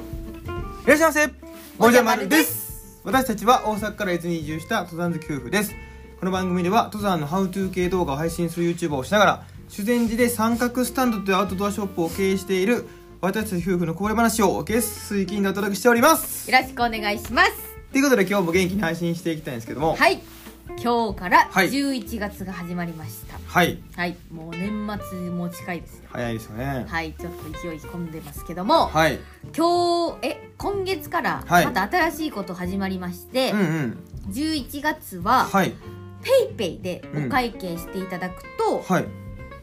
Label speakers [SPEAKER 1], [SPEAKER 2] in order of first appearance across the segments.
[SPEAKER 1] いらっしゃいませ
[SPEAKER 2] お
[SPEAKER 1] も
[SPEAKER 2] じ
[SPEAKER 1] じ
[SPEAKER 2] ゃ
[SPEAKER 1] ゃ
[SPEAKER 2] ま
[SPEAKER 1] ま
[SPEAKER 2] る
[SPEAKER 1] る
[SPEAKER 2] で
[SPEAKER 1] です私たちは大阪から伊豆に移住した登山好き夫婦ですこの番組では登山のハウトゥー系動画を配信する YouTuber をしながら修善寺で三角スタンドというアウトドアショップを経営している私たち夫婦のこぼれ話を月水金でお届けしております
[SPEAKER 2] よろしくお願いします
[SPEAKER 1] ということで今日も元気に配信していきたいんですけども
[SPEAKER 2] はい今日から
[SPEAKER 1] はい
[SPEAKER 2] 11月が始まりました
[SPEAKER 1] はい
[SPEAKER 2] はい、もう年末も近いですよ
[SPEAKER 1] 早いですよね
[SPEAKER 2] はいちょっと勢い込んでますけども、
[SPEAKER 1] はい
[SPEAKER 2] 今日え今月から
[SPEAKER 1] はい
[SPEAKER 2] また新しいこと始まりまして、
[SPEAKER 1] うんうん
[SPEAKER 2] 11月は
[SPEAKER 1] はい
[SPEAKER 2] ペイペイでお会計していただくと、
[SPEAKER 1] はい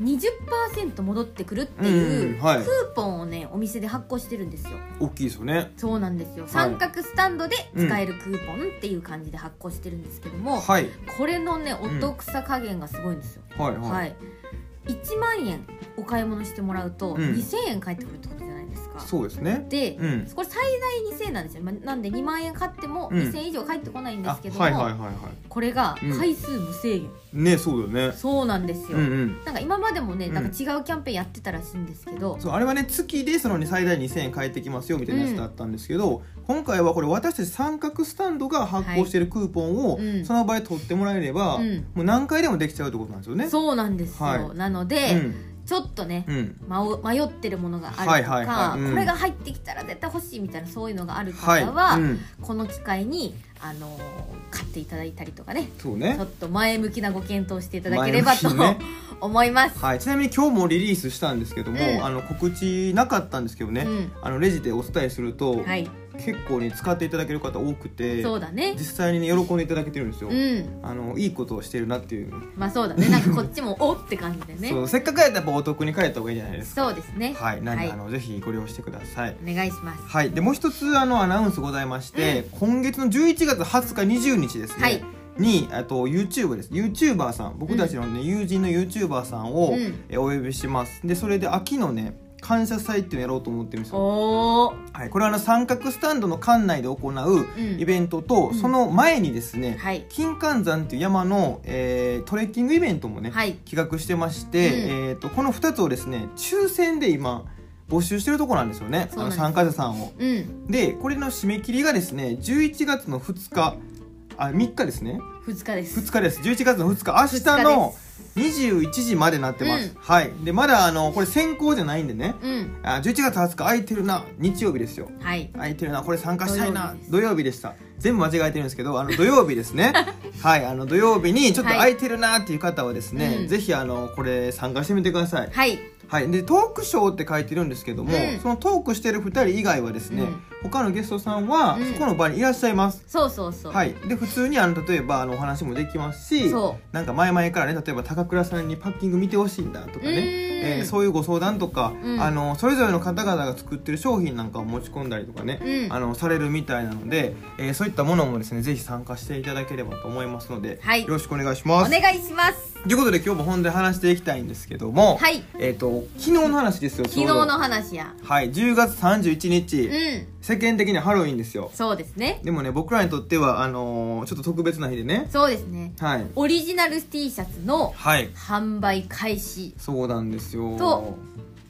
[SPEAKER 2] 20%戻ってくるって
[SPEAKER 1] うん
[SPEAKER 2] いううんク
[SPEAKER 1] はい
[SPEAKER 2] ーポンをねお店で発行してるんですよ
[SPEAKER 1] 大きいですよね
[SPEAKER 2] そうなんですよ三角スタンドで使えるクーポンっていう感じで発行してるんですけども、
[SPEAKER 1] はい
[SPEAKER 2] これのねお得さ加減がすごいんですよ、
[SPEAKER 1] はいはい、
[SPEAKER 2] はい1万円お買い物してもらうと
[SPEAKER 1] うん
[SPEAKER 2] 2000円返ってくるってことじゃないですか、
[SPEAKER 1] そうですね
[SPEAKER 2] で、
[SPEAKER 1] うん
[SPEAKER 2] これ最大2000円なんですよ、まあなんで2万円買っても
[SPEAKER 1] うん
[SPEAKER 2] 2000円以上返ってこないんですけども、
[SPEAKER 1] はいはいはいはい
[SPEAKER 2] これが
[SPEAKER 1] うん
[SPEAKER 2] 回数無制限、
[SPEAKER 1] ねそうだよね
[SPEAKER 2] そうなんです
[SPEAKER 1] う
[SPEAKER 2] よ、
[SPEAKER 1] んうん
[SPEAKER 2] なんか今までもね
[SPEAKER 1] うん
[SPEAKER 2] なんか違うキャンペーンやってたらしいんですけど、
[SPEAKER 1] そうあれはね月でそのね最大2000円返ってきますよみたいなやつだったんですけど、今回はこれ私たち三角スタンドが発行してるクーポンを、
[SPEAKER 2] はいうん
[SPEAKER 1] その場合取ってもらえれば、
[SPEAKER 2] うん
[SPEAKER 1] もう何回でもできちゃうってことなんですよね。
[SPEAKER 2] そうなんですよ、
[SPEAKER 1] はい
[SPEAKER 2] なの
[SPEAKER 1] う
[SPEAKER 2] で、
[SPEAKER 1] ん
[SPEAKER 2] ちょっとね、
[SPEAKER 1] うん
[SPEAKER 2] まお迷ってるものがあるとか、
[SPEAKER 1] はいはいはいうん
[SPEAKER 2] これが入ってきたら絶対欲しいみたいなそういうのがある方
[SPEAKER 1] はい、
[SPEAKER 2] は、
[SPEAKER 1] うん、
[SPEAKER 2] この機会に、あのー買っていただいたりとかね
[SPEAKER 1] そう
[SPEAKER 2] ち
[SPEAKER 1] ね
[SPEAKER 2] ょっと前向きなご検討していただければと、
[SPEAKER 1] 前向き
[SPEAKER 2] 思います。
[SPEAKER 1] はい、ちなみに今日もリリースしたんですけども、
[SPEAKER 2] うん
[SPEAKER 1] あの告知なかったんですけどね、
[SPEAKER 2] うん
[SPEAKER 1] あのレジでお伝えすると、
[SPEAKER 2] はい、
[SPEAKER 1] 結構ね使っていただける方多くて
[SPEAKER 2] そうだね
[SPEAKER 1] 実。際にね喜んでいただけてるんですよ、
[SPEAKER 2] うん、
[SPEAKER 1] あのいいことをしてるなっていう、
[SPEAKER 2] まあそうだね。なんかこっちもおって感じでね。
[SPEAKER 1] そ
[SPEAKER 2] そう
[SPEAKER 1] うせっかくやったらやっぱお得に帰った方がいいじゃないですか
[SPEAKER 2] ですね。
[SPEAKER 1] はい、なんで、
[SPEAKER 2] はい
[SPEAKER 1] あのぜひご利用してください。
[SPEAKER 2] お願いします。
[SPEAKER 1] はい、でもう一つあのアナウンスございまして、今月の11月20日20日ですね。
[SPEAKER 2] はい
[SPEAKER 1] にあと YouTube です YouTuber さん僕たちの、ね友人の YouTuber さんを、
[SPEAKER 2] うん
[SPEAKER 1] えお呼びしますでそれで秋のね感謝祭っていうのやろうと思ってるんですよ、
[SPEAKER 2] おお、
[SPEAKER 1] はい、これはあの三角スタンドの館内で行う
[SPEAKER 2] うん
[SPEAKER 1] イベントと、
[SPEAKER 2] うん
[SPEAKER 1] その前にですね、
[SPEAKER 2] はい
[SPEAKER 1] 金環山っていう山の、えートレッキングイベントもね、
[SPEAKER 2] はい
[SPEAKER 1] 企画してまして、
[SPEAKER 2] うん
[SPEAKER 1] えー、とこの2つをですね抽選で今募集してるとこなんですよね
[SPEAKER 2] そ
[SPEAKER 1] あ
[SPEAKER 2] う
[SPEAKER 1] の
[SPEAKER 2] なんです
[SPEAKER 1] 参加者さんを。
[SPEAKER 2] うん、
[SPEAKER 1] でこれの締め切りがですね11月の2日あ3日ですね
[SPEAKER 2] 二日です。
[SPEAKER 1] 2日です11月の2日明日の21時までなってます、
[SPEAKER 2] うん
[SPEAKER 1] はいでまだあのこれ先行じゃないんでね
[SPEAKER 2] うん、
[SPEAKER 1] あ11月20日空いてるな日曜日ですよ
[SPEAKER 2] はい。
[SPEAKER 1] 空いてるなこれ参加したいな
[SPEAKER 2] 土
[SPEAKER 1] 土曜日でした全部間違えてるんですけどあの土曜日です ねはいあの土曜日にちょっと
[SPEAKER 2] はい
[SPEAKER 1] 空いてるなっていう方はですね、
[SPEAKER 2] うん
[SPEAKER 1] ぜひあのこれ参加してみてください
[SPEAKER 2] はい。
[SPEAKER 1] はいでトークショーって書いてるんですけども、
[SPEAKER 2] うん
[SPEAKER 1] そのトークしてる2人以外はですね、
[SPEAKER 2] うん
[SPEAKER 1] 他のゲストさんは
[SPEAKER 2] うん
[SPEAKER 1] そこの場にいらっしゃいます、
[SPEAKER 2] そうそうそう。
[SPEAKER 1] はいで普通にあの例えばあのお話もできますし
[SPEAKER 2] そ
[SPEAKER 1] なんか前々からね例えば高倉さんにパッキング見てほしいんだとか
[SPEAKER 2] う
[SPEAKER 1] ね
[SPEAKER 2] ーん
[SPEAKER 1] えーそういうご相談とか、
[SPEAKER 2] うん
[SPEAKER 1] あのそれぞれの方々が作ってる商品なんかを持ち込んだりとかね、
[SPEAKER 2] うん
[SPEAKER 1] あのされるみたいなので、えーそういったものもですねぜひ参加していただければと思いますので、
[SPEAKER 2] はい
[SPEAKER 1] よろしくお願いし
[SPEAKER 2] お
[SPEAKER 1] ます。
[SPEAKER 2] 願いします。
[SPEAKER 1] ということで今日も本題話していきたいんですけども、
[SPEAKER 2] はい
[SPEAKER 1] えっ、と昨日の話ですよ。
[SPEAKER 2] 昨日
[SPEAKER 1] ちょう
[SPEAKER 2] の話や。
[SPEAKER 1] どはい10月31日、
[SPEAKER 2] うん、
[SPEAKER 1] 世間的にハロウィンですよ。
[SPEAKER 2] そうですね。
[SPEAKER 1] でもね僕らにとってはあのーちょっと特別な日でね。
[SPEAKER 2] そうですね。
[SPEAKER 1] はい
[SPEAKER 2] オリジナル T シャツの
[SPEAKER 1] はい
[SPEAKER 2] 販売開始
[SPEAKER 1] そうなんですよ。
[SPEAKER 2] と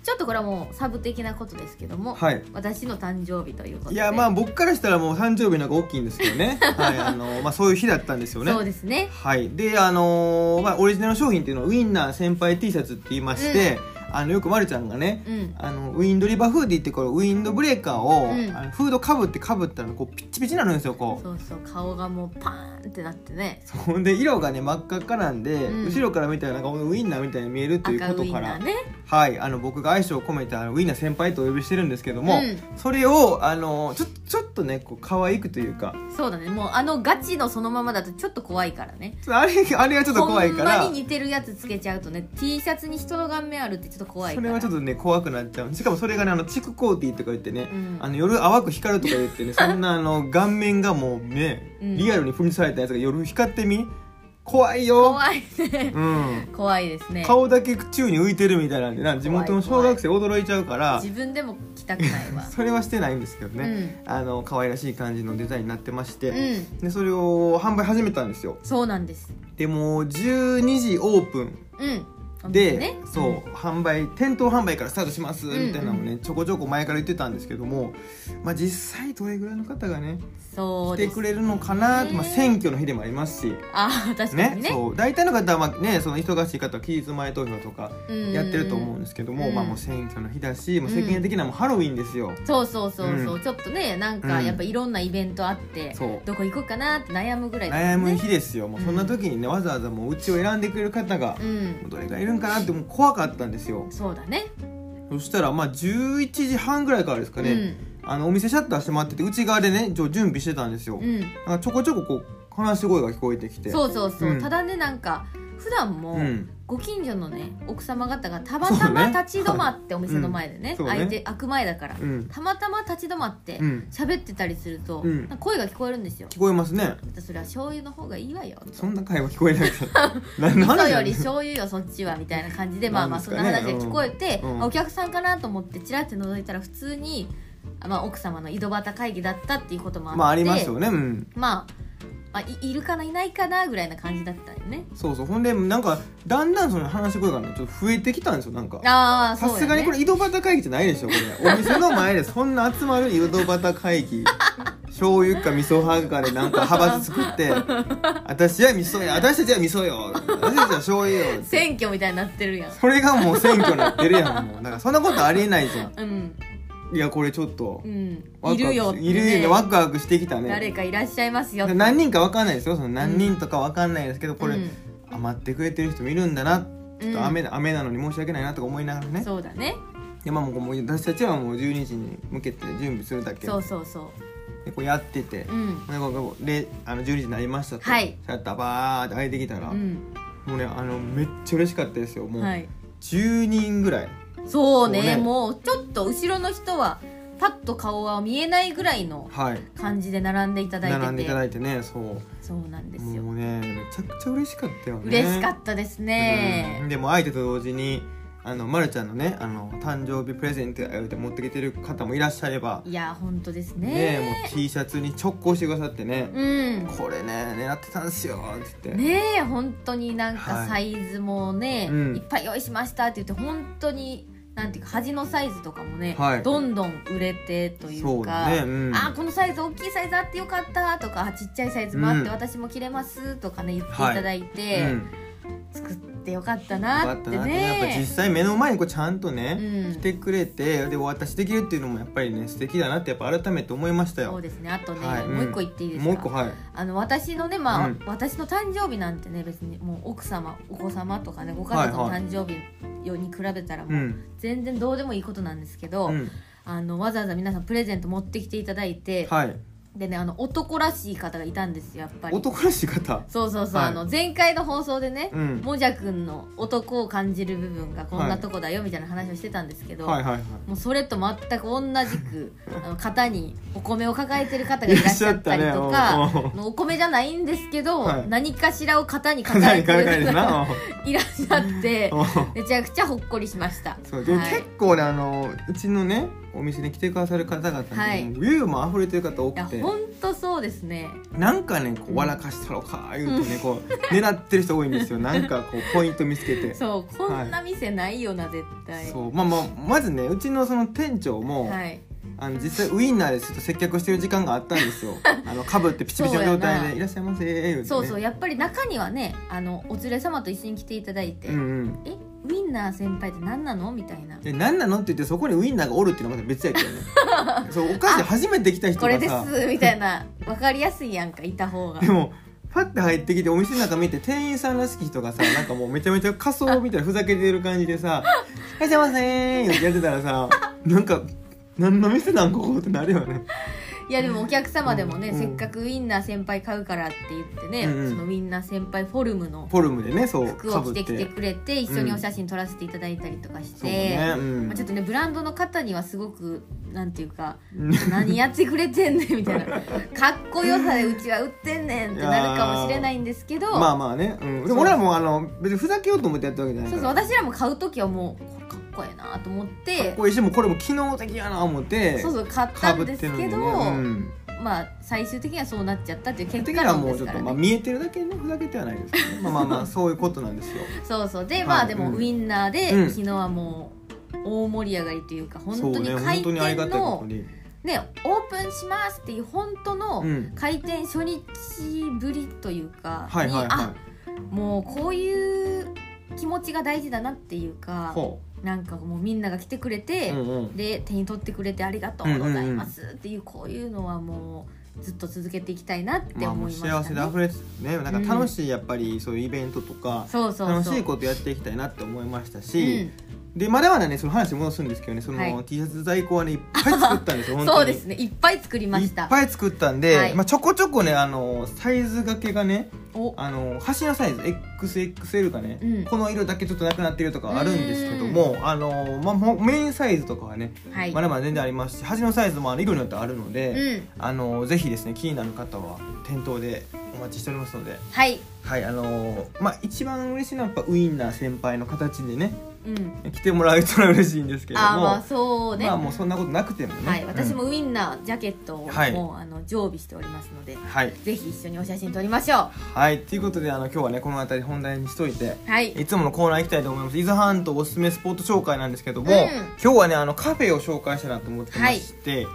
[SPEAKER 2] ちょっとこれはもうサブ的なことですけども、
[SPEAKER 1] はい
[SPEAKER 2] 私の誕生日ということで
[SPEAKER 1] いやまあ僕からしたらもう誕生日なんか大きいんですけど ね、はいあのまあ、そういう日だったんですよね
[SPEAKER 2] そうですね
[SPEAKER 1] はいであのーまあ、オリジナル商品っていうのはウインナー先輩 T シャツって言いまして、あのよくまるちゃんがね、
[SPEAKER 2] うん
[SPEAKER 1] あのウィンドリバーフーディーってこれウィンドブレーカーを、
[SPEAKER 2] うん
[SPEAKER 1] あのフードかぶってかぶったらこうピッチピチになるんですよこう
[SPEAKER 2] そうそう顔がもうパーンってなってね
[SPEAKER 1] ほんで色がね真っ赤っかなんで、
[SPEAKER 2] うん
[SPEAKER 1] 後ろから見たらなんかこのウインナーみたいに見えるという
[SPEAKER 2] 赤
[SPEAKER 1] こ
[SPEAKER 2] ウ
[SPEAKER 1] と
[SPEAKER 2] イン
[SPEAKER 1] か
[SPEAKER 2] ナ
[SPEAKER 1] ら
[SPEAKER 2] ーね
[SPEAKER 1] はい、あの僕が愛称を込めてあのウィンナー先輩とお呼びしてるんですけども、
[SPEAKER 2] うん
[SPEAKER 1] それをあのちょちょっとねこう可愛くというか
[SPEAKER 2] そうだねもうあのガチのそのままだとちょっと怖いからね
[SPEAKER 1] あれ あれはちょっと怖いか
[SPEAKER 2] ほ
[SPEAKER 1] ら
[SPEAKER 2] んまに似てるやつつけちゃうとね T シャツに人の顔面あるってちょっと怖い
[SPEAKER 1] そ
[SPEAKER 2] から
[SPEAKER 1] れはちょっとね怖くなっちゃうしかもそれがねあのチクコーティーとか言ってね、
[SPEAKER 2] うん
[SPEAKER 1] あの夜淡く光るとか言っ てねそんなあの顔面がもうね
[SPEAKER 2] うん
[SPEAKER 1] リアルに封じされたやつが夜光ってみ怖いよ
[SPEAKER 2] 怖いね
[SPEAKER 1] うん、
[SPEAKER 2] 怖いですね
[SPEAKER 1] 顔だけ宙に浮いてるみたいなんでな地元の小学生驚いちゃうから
[SPEAKER 2] 自分でも着たくないわ
[SPEAKER 1] それはしてないんですけどね、あの可愛らしい感じのデザインになってまして、
[SPEAKER 2] うん
[SPEAKER 1] でそれを販売始めたんですよ
[SPEAKER 2] そうなんです
[SPEAKER 1] でもう12時オープン
[SPEAKER 2] うんお店
[SPEAKER 1] で、
[SPEAKER 2] ね
[SPEAKER 1] そう販売店頭販売からスタートしますみたいなのをね、ちょこちょこ前から言ってたんですけども、まあ、実際どれぐらいの方がね
[SPEAKER 2] そ
[SPEAKER 1] 来
[SPEAKER 2] うで
[SPEAKER 1] て
[SPEAKER 2] す
[SPEAKER 1] くれるのかな、まあ、選挙の日でもありますし。
[SPEAKER 2] ああ確か
[SPEAKER 1] ね
[SPEAKER 2] にね
[SPEAKER 1] そう大体の方はまあ、ね、その忙しい方は期日前投票とか
[SPEAKER 2] うん
[SPEAKER 1] やってると思うんですけども、
[SPEAKER 2] うん
[SPEAKER 1] まあ、もう選挙の日だし、もう世間的にはもうハロウィンですよ、
[SPEAKER 2] そうそうそうそう、
[SPEAKER 1] う
[SPEAKER 2] ちょっとねなんか
[SPEAKER 1] うん
[SPEAKER 2] やっぱいろんなイベントあって、
[SPEAKER 1] そう
[SPEAKER 2] どこ行こうかなって悩むぐらい
[SPEAKER 1] 悩む日
[SPEAKER 2] ね
[SPEAKER 1] ですよもうそんな時にねわざわざもううちを選んでくれる方が
[SPEAKER 2] う、
[SPEAKER 1] もうんどれがいるんかなってもう怖かったんですよ
[SPEAKER 2] そうだね
[SPEAKER 1] そしたらまあ11時半ぐらいからですかね、あのお店シャッターしてもらってて内側でねじょ準備してたんですよ、
[SPEAKER 2] うん、うん
[SPEAKER 1] なんかちょこちょここう話し声が聞こえてきて
[SPEAKER 2] そうそうそう、
[SPEAKER 1] うん
[SPEAKER 2] ただねなんか普段も
[SPEAKER 1] うん
[SPEAKER 2] ご近所のね奥様方がたま
[SPEAKER 1] そ
[SPEAKER 2] た
[SPEAKER 1] うね
[SPEAKER 2] ま立ち止まってお店の前でね
[SPEAKER 1] うんそうね
[SPEAKER 2] 相手開く前だから、
[SPEAKER 1] うん
[SPEAKER 2] たまたま立ち止まって
[SPEAKER 1] うん
[SPEAKER 2] 喋ってたりすると、
[SPEAKER 1] うん
[SPEAKER 2] なんか声が聞こえるんですよ
[SPEAKER 1] 聞こえますね
[SPEAKER 2] 「それは醤油の方がいいわよ」
[SPEAKER 1] そんな会話聞こえないけどな
[SPEAKER 2] 味
[SPEAKER 1] なん
[SPEAKER 2] 噌
[SPEAKER 1] で
[SPEAKER 2] より醤油よそっちはみたいな感じでまあまあそんな
[SPEAKER 1] なんで
[SPEAKER 2] 話
[SPEAKER 1] すかね
[SPEAKER 2] が聞こえて、
[SPEAKER 1] うんうん
[SPEAKER 2] あお客さんかなと思ってチラッて覗いたら普通に、あまあ、奥様の井戸端会議だったっていうこともあって
[SPEAKER 1] まあありますよねうん
[SPEAKER 2] まあまあいいるかないないかなぐらいな感じだったよね
[SPEAKER 1] そうそうほんでなんかだんだんその話し声がねちょっと増えてきたんですよなんか
[SPEAKER 2] ああそ
[SPEAKER 1] さ
[SPEAKER 2] うやね
[SPEAKER 1] すがにこれ井戸端会議じゃないでしょこれお店の前でそんな集まる井戸端会 議醤油か味噌派かでなんか派閥作って私は味噌や私たちは味噌よ私たちは醤油よって
[SPEAKER 2] 選挙みたいになってるやん
[SPEAKER 1] それがもう選挙になってるやんもうなんかそんなことありえないじゃん
[SPEAKER 2] うん
[SPEAKER 1] いやこれちょっと
[SPEAKER 2] うん
[SPEAKER 1] ワ
[SPEAKER 2] い
[SPEAKER 1] クワク
[SPEAKER 2] るよって、ね、
[SPEAKER 1] いるよねワクワクしてきたね
[SPEAKER 2] 誰かいらっしゃいますよって
[SPEAKER 1] 何人かわかんないですよその何人とかわかんないですけど、これ、
[SPEAKER 2] うん
[SPEAKER 1] あ待ってくれてる人もいるんだなちょっと雨,、
[SPEAKER 2] う
[SPEAKER 1] 雨なのに申し訳ないなとか思いながらね
[SPEAKER 2] そうだね
[SPEAKER 1] で、まあ、もうもう私たちはもう12時に向けて準備するだけ
[SPEAKER 2] そうそうそ
[SPEAKER 1] でこうやってて、
[SPEAKER 2] ううん
[SPEAKER 1] でこうこうであの12時になりましたと、
[SPEAKER 2] はい
[SPEAKER 1] シャッターバーって開いてきたら、
[SPEAKER 2] うん
[SPEAKER 1] もうねあのめっちゃ嬉しかったですよもう
[SPEAKER 2] はい
[SPEAKER 1] 10人ぐらい、
[SPEAKER 2] そうね
[SPEAKER 1] そうね
[SPEAKER 2] もうちょっと後ろの人はパッと顔は見えないぐらいの
[SPEAKER 1] はい、
[SPEAKER 2] 感じで並んでいただいてて
[SPEAKER 1] 並んでいただいてねそう
[SPEAKER 2] そうなんですよ、
[SPEAKER 1] もうねめちゃくちゃ嬉しかったよね
[SPEAKER 2] 嬉しかったです
[SPEAKER 1] う
[SPEAKER 2] ね
[SPEAKER 1] ん、でも相手と同時にあの、ま、るちゃんのねあの誕生日プレゼントや言うて持ってきてる方もいらっしゃれば、
[SPEAKER 2] いや本当です
[SPEAKER 1] ね
[SPEAKER 2] ね
[SPEAKER 1] もう T シャツに直行してくださってね、
[SPEAKER 2] うん
[SPEAKER 1] これね狙ってたんですよって言って、
[SPEAKER 2] ねえ本当になん
[SPEAKER 1] は
[SPEAKER 2] か
[SPEAKER 1] い
[SPEAKER 2] サイズもね、
[SPEAKER 1] うん
[SPEAKER 2] いっぱい用意しましたって言って本当になんていうか端のサイズとかもね、
[SPEAKER 1] はい
[SPEAKER 2] どんどん売れてとい
[SPEAKER 1] そうう
[SPEAKER 2] か
[SPEAKER 1] だねうん
[SPEAKER 2] あこのサイズ大きいサイズあってよかったとかあちっちゃいサイズもあって、
[SPEAKER 1] うん
[SPEAKER 2] 私も着れますとかね言っていただいて、
[SPEAKER 1] うん、
[SPEAKER 2] 作ってよかった
[SPEAKER 1] よ
[SPEAKER 2] な
[SPEAKER 1] か
[SPEAKER 2] っ
[SPEAKER 1] った
[SPEAKER 2] て
[SPEAKER 1] なってねやっぱ実
[SPEAKER 2] ね
[SPEAKER 1] 際目の前にこうちゃんと
[SPEAKER 2] う
[SPEAKER 1] ね、
[SPEAKER 2] ん
[SPEAKER 1] 来てくれてでお渡しできるっていうのもやっぱりね素敵だなってやっぱ改めて思いました
[SPEAKER 2] そう
[SPEAKER 1] よ
[SPEAKER 2] ですねあとね、
[SPEAKER 1] はい
[SPEAKER 2] もう一個言っていいですか
[SPEAKER 1] もう一個はい
[SPEAKER 2] あの私のねまあ、
[SPEAKER 1] うん
[SPEAKER 2] 私の誕生日なんてね別にもう奥様お子様とかねご家族の
[SPEAKER 1] はい
[SPEAKER 2] 誕生日よに比べたらも
[SPEAKER 1] う
[SPEAKER 2] うん全然どうでもいいことなんですけど、
[SPEAKER 1] うん
[SPEAKER 2] あのわざわざ皆さんプレゼント持ってきていただいて、
[SPEAKER 1] はい
[SPEAKER 2] でねあの男らしい方がいたんですよやっぱり
[SPEAKER 1] 男らしい方
[SPEAKER 2] そうそうそう、
[SPEAKER 1] はい
[SPEAKER 2] あの前回の放送でね、
[SPEAKER 1] うん
[SPEAKER 2] もじゃくんの男を感じる部分がこんなとこだよみたいな話をしてたんですけど、
[SPEAKER 1] はいはいはい
[SPEAKER 2] もうそれと全く同 じくあの肩にお米を抱えてる方がいらっしゃったりと
[SPEAKER 1] いらっしゃ
[SPEAKER 2] か
[SPEAKER 1] ったねうんうん
[SPEAKER 2] あのお米じゃないんですけど、
[SPEAKER 1] はい
[SPEAKER 2] 何かしらを肩に
[SPEAKER 1] か
[SPEAKER 2] 抱
[SPEAKER 1] なり
[SPEAKER 2] えて
[SPEAKER 1] 考
[SPEAKER 2] る
[SPEAKER 1] える
[SPEAKER 2] 方が
[SPEAKER 1] な
[SPEAKER 2] いらっしゃって
[SPEAKER 1] うん
[SPEAKER 2] めちゃくちゃほっこりしました。
[SPEAKER 1] そうでも
[SPEAKER 2] はい
[SPEAKER 1] 結構ね、あのうちのねお店に来てくださる方々に、
[SPEAKER 2] はい
[SPEAKER 1] ユーモア溢れてる方多
[SPEAKER 2] いや
[SPEAKER 1] くて
[SPEAKER 2] 本当そうですね。
[SPEAKER 1] なんかねこう笑かしたろか言うとね、 こう狙ってる人多いんですよなんかこうポイント見つけて
[SPEAKER 2] そうこんな店ないよな、絶対。
[SPEAKER 1] そうまあまあまずねうちのその店長も、
[SPEAKER 2] はい。
[SPEAKER 1] あの実際ウインナーでちょっと接客してる時間があったんですよあのかぶってピチピチの状
[SPEAKER 2] そうや
[SPEAKER 1] 態
[SPEAKER 2] な
[SPEAKER 1] で「いらっしゃいませ」言うて、ね、
[SPEAKER 2] そうそう
[SPEAKER 1] う
[SPEAKER 2] やっぱり中にはねあのお連れ様と一緒に来ていただいて、
[SPEAKER 1] んうん
[SPEAKER 2] えウインナー先輩って何なのみたいな。
[SPEAKER 1] で何なのって言ってそこにウインナーがおるっていうのはまた別やけどねそうお菓子初めて来た人
[SPEAKER 2] これ
[SPEAKER 1] が
[SPEAKER 2] で
[SPEAKER 1] さ
[SPEAKER 2] すみたいな分かりやすいやんかいた方が
[SPEAKER 1] で。もパッて入ってきてお店の中見て店員さんらしき人がさなんかもうめちゃめちゃ仮装みたいなふざけてる感じでさ「いらっしゃいませー」ってやってたらさなんか何の店なんここってなるよね
[SPEAKER 2] いやでもお客様でもね、
[SPEAKER 1] うん
[SPEAKER 2] せっかくウインナー先輩買うからって言ってね、
[SPEAKER 1] うんうん
[SPEAKER 2] そのウインナー先輩フォルムの
[SPEAKER 1] フォルムでねそう
[SPEAKER 2] 服を着てきて
[SPEAKER 1] 被
[SPEAKER 2] くれて一緒にお写真撮らせていただいたりとかし
[SPEAKER 1] そう
[SPEAKER 2] て、
[SPEAKER 1] ね、うん
[SPEAKER 2] まあ、ちょっとねブランドの方にはすごくなんていうか
[SPEAKER 1] うん
[SPEAKER 2] 何やってくれてんねんみたい なかっこよさでうちは売ってんねんってなるかもしれないんですけど、
[SPEAKER 1] まあまあね、うん、でも俺らもあの別にふざけようと思ってやったわけじゃない
[SPEAKER 2] そ
[SPEAKER 1] か
[SPEAKER 2] う
[SPEAKER 1] ら
[SPEAKER 2] そう私らも買う時はもうこれかっこええなと思っ
[SPEAKER 1] か
[SPEAKER 2] て
[SPEAKER 1] っこいいしもうこれも機能的やな思って
[SPEAKER 2] そうそう買っ
[SPEAKER 1] か
[SPEAKER 2] た
[SPEAKER 1] ぶ
[SPEAKER 2] ん
[SPEAKER 1] っ
[SPEAKER 2] です
[SPEAKER 1] てるんで
[SPEAKER 2] け
[SPEAKER 1] ね
[SPEAKER 2] ど、
[SPEAKER 1] うん
[SPEAKER 2] まあ最終的にはそうなっちゃったっていう
[SPEAKER 1] 基本
[SPEAKER 2] 結
[SPEAKER 1] 的
[SPEAKER 2] 果
[SPEAKER 1] には
[SPEAKER 2] 論
[SPEAKER 1] も
[SPEAKER 2] で
[SPEAKER 1] うち
[SPEAKER 2] す
[SPEAKER 1] ょっ
[SPEAKER 2] か
[SPEAKER 1] と、
[SPEAKER 2] ら
[SPEAKER 1] まあ、
[SPEAKER 2] ね。
[SPEAKER 1] 見えてるだけねふざけてはないですけど ねまあまあまあそういうことなんですよ
[SPEAKER 2] そうそうで
[SPEAKER 1] い
[SPEAKER 2] まあでも
[SPEAKER 1] うん
[SPEAKER 2] ウインナーで
[SPEAKER 1] うん
[SPEAKER 2] 昨日はもう大盛り上がりというか本当に
[SPEAKER 1] そうね
[SPEAKER 2] 開
[SPEAKER 1] 本当にありが
[SPEAKER 2] 店
[SPEAKER 1] たいこと
[SPEAKER 2] の
[SPEAKER 1] に
[SPEAKER 2] ねオープンしますっていう本当の
[SPEAKER 1] うん
[SPEAKER 2] 開店初日ぶりというか
[SPEAKER 1] はいはい
[SPEAKER 2] にあ
[SPEAKER 1] は
[SPEAKER 2] もうこういう気持ちが大事だなってい
[SPEAKER 1] い
[SPEAKER 2] うか
[SPEAKER 1] ほ
[SPEAKER 2] なんかもうみんなが来てくれ
[SPEAKER 1] う、
[SPEAKER 2] て、
[SPEAKER 1] うんうん、
[SPEAKER 2] で手に取ってくれてありがとうございますっていうこういうのはもうずっと続けていきたいなって
[SPEAKER 1] まあも
[SPEAKER 2] 思
[SPEAKER 1] う
[SPEAKER 2] いまし
[SPEAKER 1] 幸
[SPEAKER 2] た
[SPEAKER 1] せ
[SPEAKER 2] ね。
[SPEAKER 1] で溢れてねなんか楽しいやっぱりそういうイベントとか、
[SPEAKER 2] そうそうそう
[SPEAKER 1] 楽しいことやっていきたいなって思いました
[SPEAKER 2] う
[SPEAKER 1] し、
[SPEAKER 2] ん
[SPEAKER 1] でまだまだねその話戻すんですけどねその、
[SPEAKER 2] はい
[SPEAKER 1] T シャツ在庫はねいっぱい作ったん ですよ本当に
[SPEAKER 2] そうですねいっぱい作りま
[SPEAKER 1] い
[SPEAKER 2] し
[SPEAKER 1] ったぱい作ったんで、
[SPEAKER 2] はい
[SPEAKER 1] まあ、ちょこちょこねあのサイズ掛けがね
[SPEAKER 2] お
[SPEAKER 1] あの端のサイズ XXL がね、
[SPEAKER 2] うん
[SPEAKER 1] この色だけちょっとなくなってるとかあるんですけどもあの、まあ、もうメインサイズとかはね
[SPEAKER 2] はい、
[SPEAKER 1] まだまだ全然ありますし端のサイズもあの色によってあるので、
[SPEAKER 2] うん
[SPEAKER 1] あのぜひですね気になる方は店頭でお待ちしておりますので、
[SPEAKER 2] はい
[SPEAKER 1] はいあのまあ、一番嬉しいのはやっぱウインナー先輩の形でね
[SPEAKER 2] うん
[SPEAKER 1] 来てもらえたら嬉しいんですけども
[SPEAKER 2] あーまあそうね、
[SPEAKER 1] まあもうそんなことなくてもね、
[SPEAKER 2] はい私
[SPEAKER 1] う
[SPEAKER 2] もウインナージャケットをもう、
[SPEAKER 1] はい
[SPEAKER 2] あの常備しておりますので
[SPEAKER 1] んはい
[SPEAKER 2] ぜひ一緒にお写真撮りましょ
[SPEAKER 1] はいということであの今日はねこの辺り本題にしといて
[SPEAKER 2] うはい
[SPEAKER 1] いつものコーナー行きたいと思います伊豆半島おすすめスポット紹介なんですけども、
[SPEAKER 2] うん
[SPEAKER 1] 今日はねあのカフェを紹介したいなと思ってまして、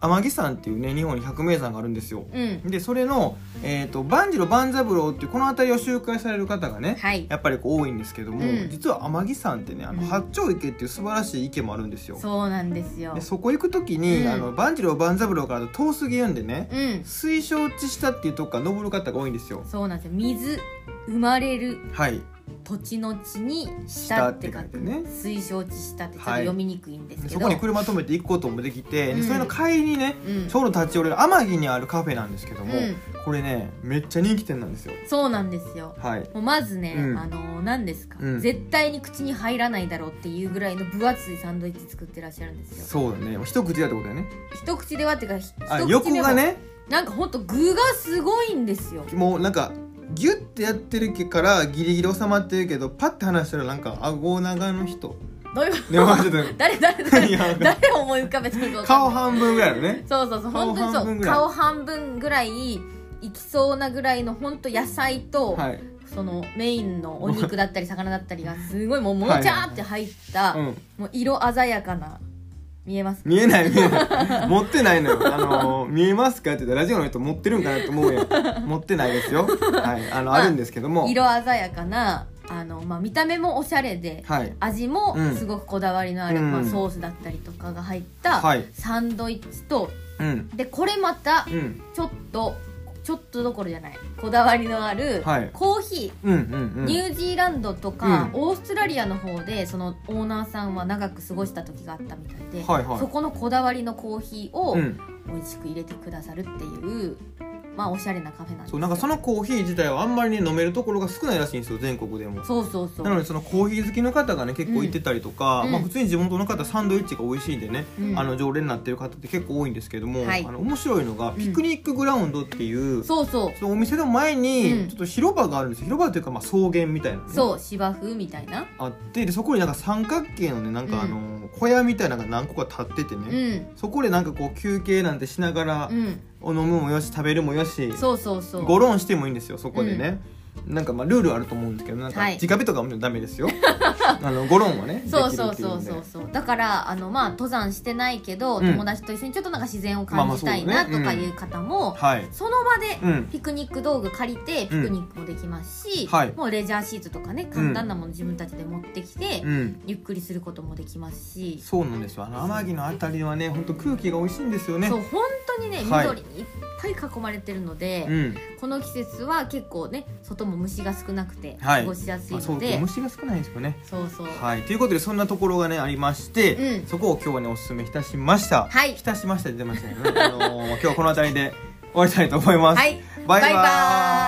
[SPEAKER 1] 天城山っていうね日本に百名山があるんですよ
[SPEAKER 2] うん
[SPEAKER 1] でそれの、えー、と万次郎万三郎っていうこの辺りを周回される方がね、
[SPEAKER 2] はい
[SPEAKER 1] やっぱりこう多いんですけども、
[SPEAKER 2] うん
[SPEAKER 1] 実は天城山ってねあの
[SPEAKER 2] うん
[SPEAKER 1] 八丁池っていう素晴らしい池もあるんですよ、
[SPEAKER 2] そうなんですよ
[SPEAKER 1] でそこ行く時に、
[SPEAKER 2] うん
[SPEAKER 1] あの万次郎万三郎から遠すぎるんでね、
[SPEAKER 2] うん
[SPEAKER 1] 水晶地下っていうとこから登る方が多いんですよ
[SPEAKER 2] そうなんですよ水生まれる
[SPEAKER 1] はい
[SPEAKER 2] 土地の地に
[SPEAKER 1] 下
[SPEAKER 2] 下
[SPEAKER 1] っ
[SPEAKER 2] ってて
[SPEAKER 1] 書
[SPEAKER 2] 書
[SPEAKER 1] いて
[SPEAKER 2] く
[SPEAKER 1] ね
[SPEAKER 2] 水晶地下ってちょっと
[SPEAKER 1] はい
[SPEAKER 2] 読みにくいんです
[SPEAKER 1] で
[SPEAKER 2] け
[SPEAKER 1] そ
[SPEAKER 2] ど、
[SPEAKER 1] こに車止めて行くこともできて、で
[SPEAKER 2] うん
[SPEAKER 1] それの帰りにね
[SPEAKER 2] うん
[SPEAKER 1] ちょうど立ち寄れる天城にあるカフェなんですけども、
[SPEAKER 2] うん
[SPEAKER 1] これねめっちゃ人気店なんですよ
[SPEAKER 2] そうなんですよ
[SPEAKER 1] はい
[SPEAKER 2] もうまずね、
[SPEAKER 1] うん
[SPEAKER 2] あの何ですか、
[SPEAKER 1] うん
[SPEAKER 2] 絶対に口に入らないだろうっていうぐらいの分厚いサンドイッチ作ってらっしゃるんですよ
[SPEAKER 1] そうだね一口だってことだよね
[SPEAKER 2] 一口ではっていうかひ
[SPEAKER 1] あ
[SPEAKER 2] 一口
[SPEAKER 1] 横
[SPEAKER 2] 目も
[SPEAKER 1] がね
[SPEAKER 2] なんかほんと具がすごいんですよ
[SPEAKER 1] もうなんかギュッてやってるからギリギリ収まってるけどパッて話したらなんか顎長の人
[SPEAKER 2] どういうこと
[SPEAKER 1] でもちょっと
[SPEAKER 2] 誰誰誰
[SPEAKER 1] いや
[SPEAKER 2] 誰を思い浮かべてるか分かん
[SPEAKER 1] 顔
[SPEAKER 2] ない
[SPEAKER 1] 半分ぐらいのね
[SPEAKER 2] そうそうそう
[SPEAKER 1] 顔
[SPEAKER 2] 本当
[SPEAKER 1] 半分ぐ
[SPEAKER 2] にそう
[SPEAKER 1] らい
[SPEAKER 2] 顔半分ぐらいいきそうなぐらいの本当野菜と、
[SPEAKER 1] はい、
[SPEAKER 2] そのメインのお肉だったり魚だったりがすごいもうもちゃーって入った、
[SPEAKER 1] うん、
[SPEAKER 2] もう色鮮やかな見えます
[SPEAKER 1] 見えない見えない持ってないのよあのー見えますかって言ったらラジオの人持ってるんかなと思うやん持ってないですよはいあの、
[SPEAKER 2] まあ
[SPEAKER 1] あ、るんですけども
[SPEAKER 2] 色鮮やかなあの、まあ、見た目もおしゃれで
[SPEAKER 1] はい
[SPEAKER 2] 味も
[SPEAKER 1] うん
[SPEAKER 2] すごくこだわりのある、
[SPEAKER 1] うん
[SPEAKER 2] まあ、ソースだったりとかが入った
[SPEAKER 1] はい
[SPEAKER 2] サンドイッチと
[SPEAKER 1] うん
[SPEAKER 2] でこれまた
[SPEAKER 1] うん
[SPEAKER 2] ちょっとちょっとどころじゃないこだわりのある
[SPEAKER 1] はい
[SPEAKER 2] コーヒ
[SPEAKER 1] うんうんう
[SPEAKER 2] ー
[SPEAKER 1] ん
[SPEAKER 2] ニュージーランドとか、
[SPEAKER 1] う
[SPEAKER 2] オーストラリアの方でそのオーナーさんは長く過ごした時があったみたいで、
[SPEAKER 1] はいはい
[SPEAKER 2] そこのこだわりのコーヒーを
[SPEAKER 1] うん、
[SPEAKER 2] 美味しく入れてくださるっていう、まあおしゃれなカフェなんです
[SPEAKER 1] そう
[SPEAKER 2] よ
[SPEAKER 1] なんかそのコーヒー自体はあんまりね飲めるところが少ないらしいんですよ全国でも
[SPEAKER 2] そうそうそう
[SPEAKER 1] なのでそのコーヒー好きの方がね結構行ってたりとか、
[SPEAKER 2] うん
[SPEAKER 1] まあ、普通に地元の方サンドイッチが美味しいんでね、
[SPEAKER 2] うん
[SPEAKER 1] あの常連になってる方って結構多いんですけども、
[SPEAKER 2] はい
[SPEAKER 1] あの面白いのが
[SPEAKER 2] ん
[SPEAKER 1] ピクニックグラウンドっていう、
[SPEAKER 2] そうそう
[SPEAKER 1] そのお店の前
[SPEAKER 2] う
[SPEAKER 1] に
[SPEAKER 2] ん
[SPEAKER 1] ちょっと広場があるんですよ広場というかまあ草原みたいな、ね、
[SPEAKER 2] そう芝生みたいな
[SPEAKER 1] あってでそこになんか三角形のねなんかあの、小屋みたいなのが何個か立ってて
[SPEAKER 2] う
[SPEAKER 1] ね、
[SPEAKER 2] ん
[SPEAKER 1] そこでなんかこう休憩なんてしながら
[SPEAKER 2] う、ん
[SPEAKER 1] お飲むもよし食べるもよし
[SPEAKER 2] そうそうそう
[SPEAKER 1] ゴロンしてもいいんですよそこでね、なんかまあルールあると思うんですけどなんか
[SPEAKER 2] はい
[SPEAKER 1] 直火とかもダメ ですよあのゴロンはね
[SPEAKER 2] そう
[SPEAKER 1] できる
[SPEAKER 2] そう
[SPEAKER 1] ってい
[SPEAKER 2] そ
[SPEAKER 1] ん
[SPEAKER 2] う
[SPEAKER 1] で
[SPEAKER 2] そうそうだからあのまあ登山してないけど、
[SPEAKER 1] うん
[SPEAKER 2] 友達と一緒にちょっとなんか自然を感じたい
[SPEAKER 1] まあま
[SPEAKER 2] な
[SPEAKER 1] あ
[SPEAKER 2] と
[SPEAKER 1] そうね
[SPEAKER 2] かいう方も、
[SPEAKER 1] はい
[SPEAKER 2] その場で
[SPEAKER 1] うん
[SPEAKER 2] ピクニック道具借りてピクニックもできますし、
[SPEAKER 1] はい
[SPEAKER 2] もうレジャーシートとかね簡単なもの自分たちで持ってきて、
[SPEAKER 1] うん
[SPEAKER 2] ゆっくりすることもできますし、
[SPEAKER 1] そうなんですよあの天城のあたりはね本当空気が美味しいんですよね
[SPEAKER 2] そう本当にね
[SPEAKER 1] はい
[SPEAKER 2] 緑にいっぱい囲まれてるので、
[SPEAKER 1] うん
[SPEAKER 2] この季節は結構ね外も虫が少なくて
[SPEAKER 1] はい
[SPEAKER 2] 過ごしやすい
[SPEAKER 1] まあ、そう
[SPEAKER 2] ので、
[SPEAKER 1] 虫が少ないんですよね
[SPEAKER 2] そうそう
[SPEAKER 1] はいということでそんなところがねありまして、
[SPEAKER 2] うん
[SPEAKER 1] そこを今日はねおすすめいたしました、
[SPEAKER 2] はい
[SPEAKER 1] いたしました出てましたね、あのー今日はこのあたりで終わりたいと思います、
[SPEAKER 2] はい
[SPEAKER 1] バイバ
[SPEAKER 2] バイバ
[SPEAKER 1] ーイ